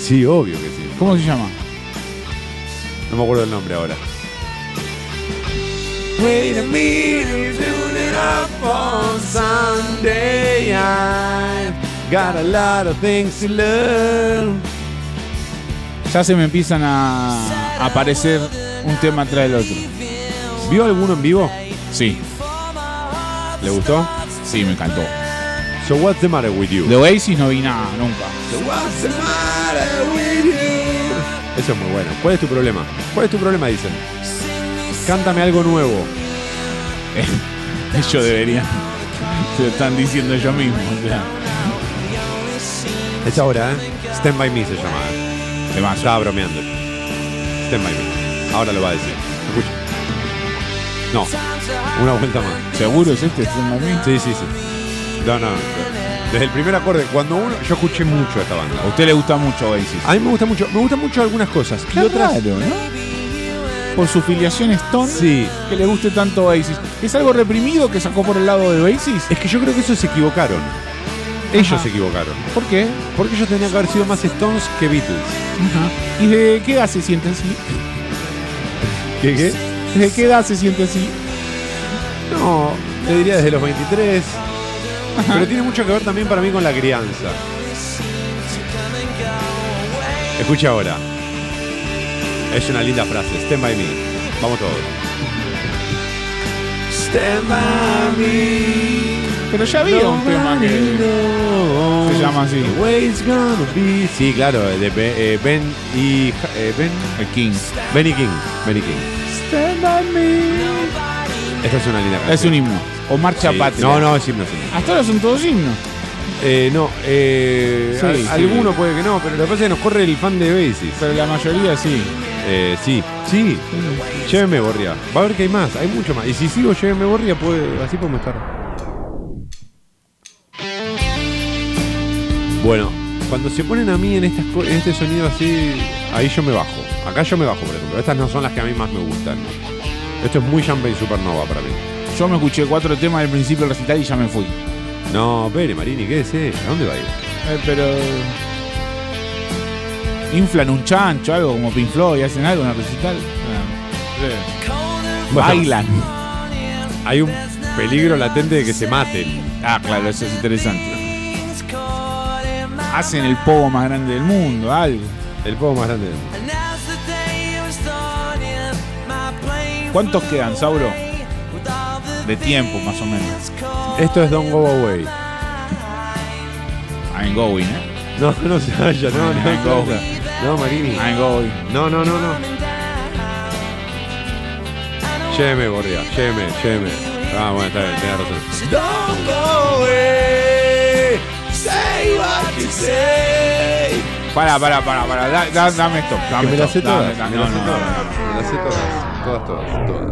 S2: Sí, obvio que sí.
S3: ¿Cómo se llama?
S2: No me acuerdo el nombre ahora.
S3: Ya se me empiezan a aparecer un tema tras el otro.
S2: ¿Vio alguno en vivo?
S3: Sí,
S2: ¿Le gustó?
S3: sí, me encantó.
S2: So what's the matter with you?
S3: De Oasis no vi nada, nunca.
S2: So what's the matter with you? Eso es muy bueno. ¿Cuál es tu problema? ¿Cuál es tu problema? Dicen. Cántame algo nuevo.
S3: Ellos deberían. Se lo están diciendo ellos mismos. O sea,
S2: Es ahora, ¿eh? Stand by me se llama. ¿eh?
S3: temazo.
S2: Estaba bromeando. Stand by me. Ahora lo va a decir. Escucha. No. Una vuelta más.
S3: ¿Seguro es este? Stand By Me?
S2: Sí, sí, sí. No, no. Desde el primer acorde, cuando uno. Yo escuché mucho a esta banda.
S3: A usted le gusta mucho Oasis.
S2: A mí me gusta mucho. Me gustan mucho algunas cosas. Y
S3: Qué
S2: otras.
S3: raro, ¿no? eh, Por su filiación Stone,
S2: Sí.
S3: que le guste tanto Oasis. ¿Es algo reprimido que sacó por el lado de Oasis?
S2: Es que yo creo que eso se equivocaron. Ellos
S3: Ajá.
S2: se equivocaron.
S3: ¿Por qué?
S2: Porque ellos tenían que haber sido más Stones que Beatles.
S3: ¿Y de qué edad se siente así?
S2: ¿Qué qué?
S3: ¿Desde qué edad se siente así?
S2: No, te diría desde los 23. Pero tiene mucho que ver también para mí con la crianza. Escucha ahora. Es una linda frase. Stand by me. Vamos todos. Stand by me.
S3: Pero ya había un tema que. se llama así.
S2: The way it's gonna be. Sí, claro, de Ben, eh, ben y Ja- eh, Ben.
S3: El King.
S2: Benny King. Benny King.
S3: Stand by me.
S2: Esta es una linda canción.
S3: Es un himno. O marcha
S2: Sí.
S3: patria.
S2: No, no, es himno, es himno.
S3: Hasta ahora son todos himnos.
S2: Eh, no, eh,
S3: Sí,
S2: al-
S3: sí.
S2: alguno puede que no, pero lo que pasa es que nos corre el fan de Basis.
S3: Pero la mayoría sí.
S2: Eh, sí, sí, llévenme Borria. Va a ver que hay más, hay mucho más. Y si sigo llévenme Borria, puede, así podemos estar. Bueno, cuando se ponen a mí en, estas, co- en este sonido así, ahí yo me bajo. Acá yo me bajo, por ejemplo. Estas no son las que a mí más me gustan. Esto es muy Champagne Supernova para mí.
S3: Yo me escuché cuatro temas del principio del recital y ya me fui.
S2: No, Pere, Marini, ¿qué es ella? ¿A dónde va a ir?
S3: Eh, pero. Inflan un chancho, algo como Pink Floyd, hacen algo en el recital. Eh,
S2: Bueno,
S3: Bailan.
S2: Hay un peligro latente de que se maten.
S3: Ah, claro, eso es interesante. Hacen el pogo más grande del mundo, algo.
S2: El poco más grande.
S3: ¿Cuántos quedan, Sauro? De tiempo, más o menos.
S2: Esto es Don't Go Away.
S3: I'm going, ¿eh?
S2: No, no se vaya, no, no,
S3: Go.
S2: no. No, Marini.
S3: I'm going.
S2: No, no, no, no. Lléveme, Bordia. Lléveme, lléveme. Ah, bueno, está bien, tenés razón. Don't go away. Say what you say.
S3: Para, para, para, para. da- da- dame esto. Dame
S2: Que me
S3: esto,
S2: las sé
S3: dame-
S2: todas.
S3: dame-
S2: Me
S3: no,
S2: las sé
S3: no, no, no.
S2: todas. Me las sé todas. Todas, todas, todas. Todas,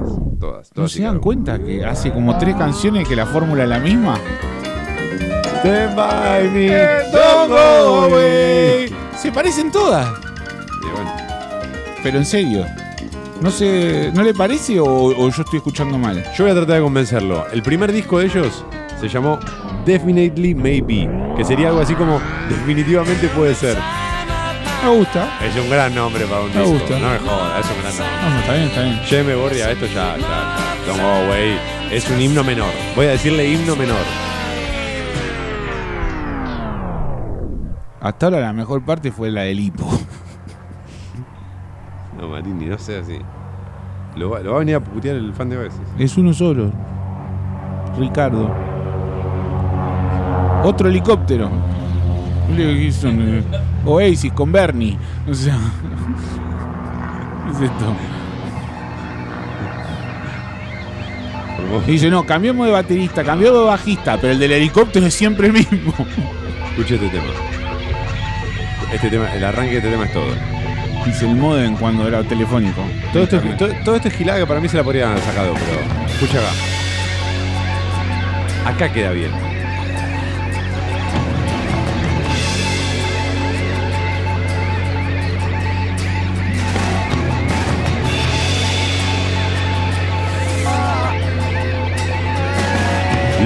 S3: ¿No
S2: todas.
S3: se dan cuenta que hace como tres canciones que la fórmula es la misma?
S2: Stand by me.
S3: Don't go away. Se parecen todas,
S2: Y bueno.
S3: pero en serio. No sé, ¿no le parece o, o yo estoy escuchando mal?
S2: Yo voy a tratar de convencerlo. El primer disco de ellos se llamó Definitely Maybe, que sería algo así como Definitivamente puede ser.
S3: Me gusta.
S2: Es un gran nombre para un
S3: Me
S2: disco.
S3: gusta.
S2: No me jodas, es un gran nombre.
S3: No, no, está bien, está bien.
S2: Jeme Borria, esto ya, ya, ya. Don't go away. Es un himno menor. Voy a decirle himno menor.
S3: Hasta ahora la mejor parte fue la del hipo.
S2: No, Marini, no sea así. Lo, va- lo va a venir a putear el fan de Oasis.
S3: Es uno solo. Ricardo. Otro helicóptero. Mire que son, eh, Oasis con Bernie. O sea. ¿qué es esto? Y dice, no, cambiamos de baterista, cambiamos de bajista, pero el del helicóptero es siempre el mismo.
S2: Escuche este tema. Este tema, el arranque de este tema es todo.
S3: Dice el modem cuando era telefónico.
S2: Todo esto, es- to- todo esto es gilada que para mí se la podrían haber sacado, pero. Escucha acá. Acá queda bien.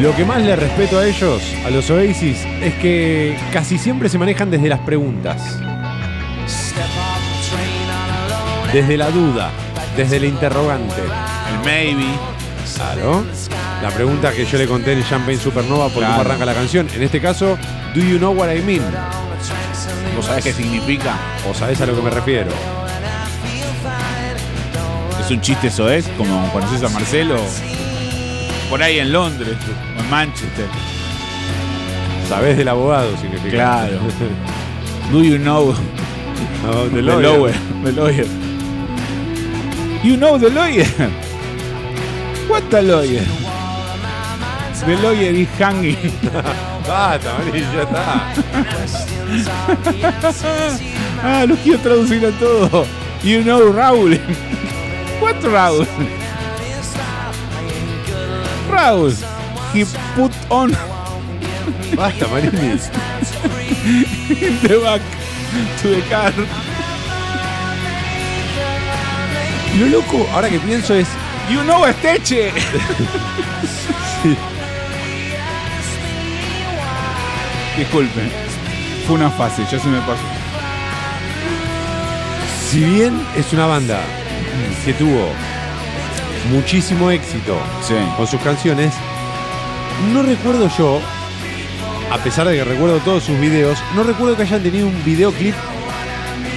S2: Lo que más le respeto a ellos, a los Oasis, es que casi siempre se manejan desde las preguntas. Desde la duda, desde el interrogante.
S3: El maybe.
S2: Claro. La pregunta que yo le conté en Champagne Supernova por cómo
S3: Claro.
S2: arranca la canción. En este caso, ¿do you know what I mean?
S3: ¿Vos sabés qué significa?
S2: ¿O sabés a lo que me refiero?
S3: Es un chiste eso es, como conoces a Marcelo. Por ahí en Londres, o en Manchester.
S2: Sabés del abogado, significa.
S3: Claro. Do you know
S2: No,
S3: the
S2: del
S3: lawyer?
S2: lawyer.
S3: The lawyer. You know the lawyer? What the lawyer? The lawyer is hanging.
S2: Basta, Mari, ya está.
S3: Ah, los quiero traducir a todo. You know Raúl. What Raúl? Raúl. He put on
S2: Basta, Marini.
S3: the back to the car.
S2: Lo loco, ahora que pienso, es
S3: You know Esteche. Disculpen. Fue una fase, ya se me pasó.
S2: Si bien es una banda que tuvo muchísimo éxito
S3: Sí.
S2: con sus canciones, no recuerdo yo, a pesar de que recuerdo todos sus videos, no recuerdo que hayan tenido un videoclip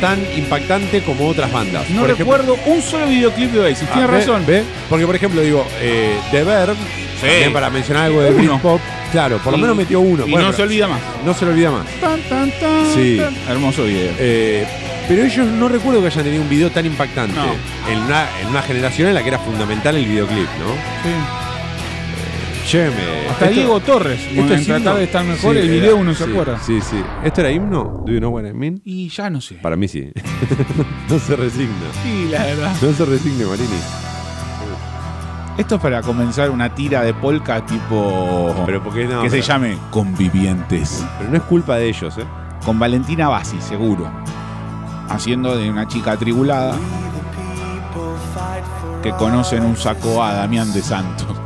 S2: tan impactante como otras bandas.
S3: No
S2: Por ejemplo-
S3: recuerdo un solo videoclip de Oasis.
S2: Ah,
S3: Tienes
S2: ve-
S3: razón.
S2: ve, Porque, por ejemplo, digo, eh, The Verb,
S3: Sí.
S2: también para mencionar algo de
S3: Uno.
S2: Britpop, claro, por lo
S3: Y-
S2: menos metió uno.
S3: Y
S2: Bueno,
S3: no se
S2: pero
S3: olvida más.
S2: no se lo olvida más.
S3: Tan, tan, tan,
S2: Sí.
S3: tan. Hermoso video.
S2: Eh, pero ellos no recuerdo que hayan tenido un video tan impactante.
S3: No.
S2: En, una, en una generación en la que era fundamental el videoclip, ¿no? Che, me-
S3: Hasta
S2: esto-
S3: Diego Torres,
S2: esto
S3: en
S2: es
S3: tratar
S2: himno.
S3: de estar mejor,
S2: Sí,
S3: el
S2: era-
S3: video uno se
S2: sí,
S3: acuerda.
S2: Sí, sí. ¿Esto era himno? ¿Do you know what I mean?
S3: Y ya no sé.
S2: Para mí sí. no se resigna.
S3: Sí, la verdad.
S2: No se resigne, Marini.
S3: Esto es para comenzar una tira de polka tipo.
S2: Pero porque no.
S3: que se
S2: pero-
S3: llame Convivientes.
S2: Pero no es culpa de ellos, ¿eh?
S3: Con Valentina Bassi, seguro. Haciendo de una chica atribulada. Que conoce en un saco a Damián de Santos.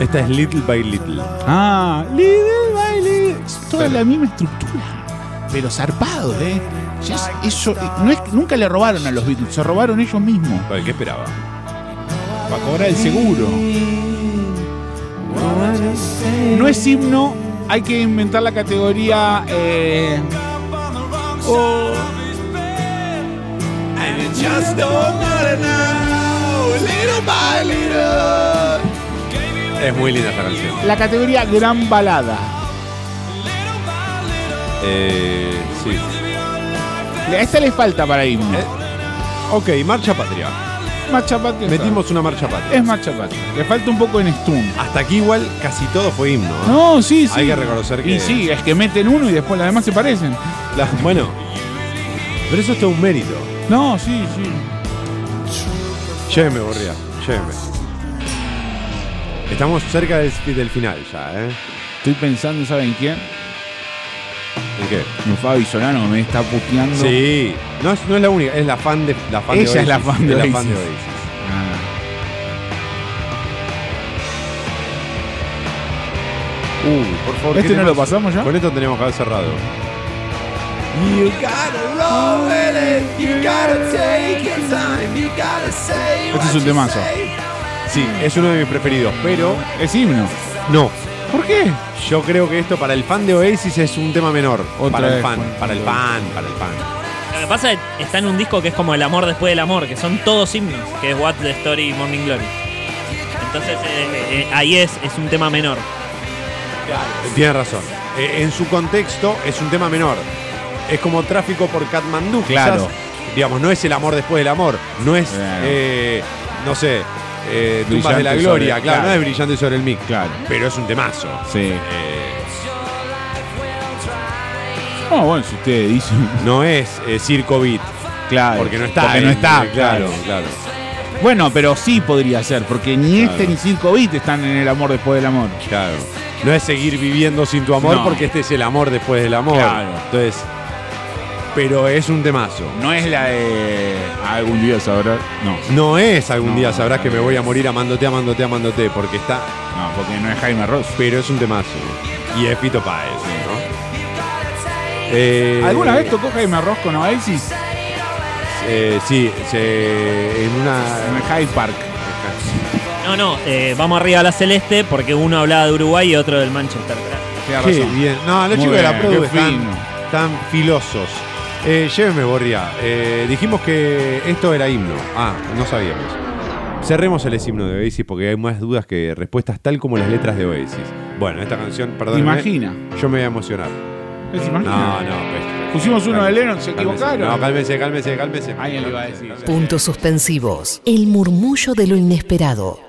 S2: Esta es Little by Little.
S3: Ah, Little by Little. Es toda la misma estructura. Pero zarpado, ¿eh? Ya es- eso, no es- nunca le robaron a los Beatles, se robaron ellos mismos.
S2: Vale, ¿Qué esperaba?
S3: Para cobrar el seguro. No es himno, hay que inventar la categoría. eh, o-
S2: Es muy linda esta canción.
S3: la categoría gran balada.
S2: Eh, sí.
S3: A esta le falta para himno.
S2: Eh, Ok, Marcha Patria.
S3: Marcha patria.
S2: Metimos una Marcha Patria.
S3: Es marcha patria. Le falta un poco en Stun.
S2: Hasta aquí igual casi todo fue himno. ¿eh?
S3: No, sí, sí.
S2: Hay que reconocer que-
S3: Y sí, es que meten uno y después las demás se parecen.
S2: La- bueno. Pero eso es todo un mérito.
S3: No, sí, sí.
S2: Lléveme, Borría. Lléveme. Estamos cerca del, del final ya, ¿eh?
S3: Estoy pensando, ¿saben quién?
S2: ¿En qué?
S3: Mi Fabi Solano me está puteando.
S2: Sí. No es, no es la única, es la fan de la fan de
S3: Ella es la fan de
S2: Es
S3: Oasis.
S2: Oasis.
S3: Ah,
S2: Uh, por favor.
S3: ¿Este
S2: ¿qué
S3: no
S2: temas?
S3: lo pasamos ya?
S2: Con esto tenemos que haber cerrado.
S3: Este es un temazo.
S2: Sí, es uno de mis preferidos, pero
S3: Es himno.
S2: no.
S3: ¿Por qué?
S2: Yo creo que esto para el fan de Oasis es un tema menor.
S3: Otra
S2: para el
S3: vez,
S2: fan,
S3: Juan.
S2: para el fan, para el fan.
S4: Lo que pasa es que está en un disco que es como El amor después del amor, que son todos himnos, que es What the Story y Morning Glory. Entonces eh, eh, ahí es, es un tema menor.
S2: Tienes razón. Eh, en su contexto es un tema menor. Es como tráfico por Katmandú.
S3: Claro.
S2: quizás. digamos, no es el amor después del amor. No es,
S3: Claro.
S2: eh, no sé, eh, tumbas
S3: Brillante
S2: de la
S3: sobre-
S2: gloria. claro,
S3: claro.
S2: no es brillante sobre el mic.
S3: Claro.
S2: Pero es un temazo.
S3: Sí.
S2: Eh,
S3: No, Ah, bueno, si ustedes dicen.
S2: no es eh, circo beat.
S3: Claro.
S2: Porque no está.
S3: Porque no
S2: en-
S3: está,
S2: claro,
S3: claro.
S2: claro.
S3: Bueno, pero sí podría ser, porque ni
S2: Claro.
S3: este ni Circo Beat están en el amor después del amor.
S2: Claro. No es seguir viviendo sin tu amor
S3: No.
S2: porque este es el amor después del amor.
S3: Claro.
S2: Entonces, pero es un temazo.
S3: No es la de. ah, Algún día sabrás. No,
S2: No es algún
S3: No,
S2: día sabrás
S3: no,
S2: que me
S3: no.
S2: voy a morir amándote, amándote, amándote, porque está.
S3: no, porque no es Jaime Ross.
S2: Pero es un temazo. Y es Pito Páez, ¿no? Eh,
S3: ¿Alguna vez tocó Jaime Ross con Oasis?
S2: eh, sí, se- en
S3: En el
S2: una.
S3: Hyde Park.
S4: No, no, eh, vamos arriba a la celeste porque uno hablaba de Uruguay y otro del Manchester.
S3: Tenés
S2: Qué
S3: razón.
S2: bien. No, los
S3: Muy
S2: chicos de la
S3: bien,
S2: Produ
S3: qué
S2: están
S3: fino.
S2: tan filosos. Eh, llévenme, Borria. Eh, dijimos que esto era himno. Ah, no sabíamos. Cerremos el es himno de Oasis porque hay más dudas que respuestas, tal como las letras de Oasis. Bueno, esta canción, perdón.
S3: Imagina.
S2: Yo me voy a emocionar.
S3: ¿Es imagina?
S2: No, no, pues.
S3: Pusimos uno de Lennon, se
S2: Cálmese.
S3: equivocaron.
S2: No, cálmese, cálmese, cálmese.
S3: Alguien le iba a decir.
S2: Cálmese.
S1: Puntos suspensivos. El murmullo de lo inesperado.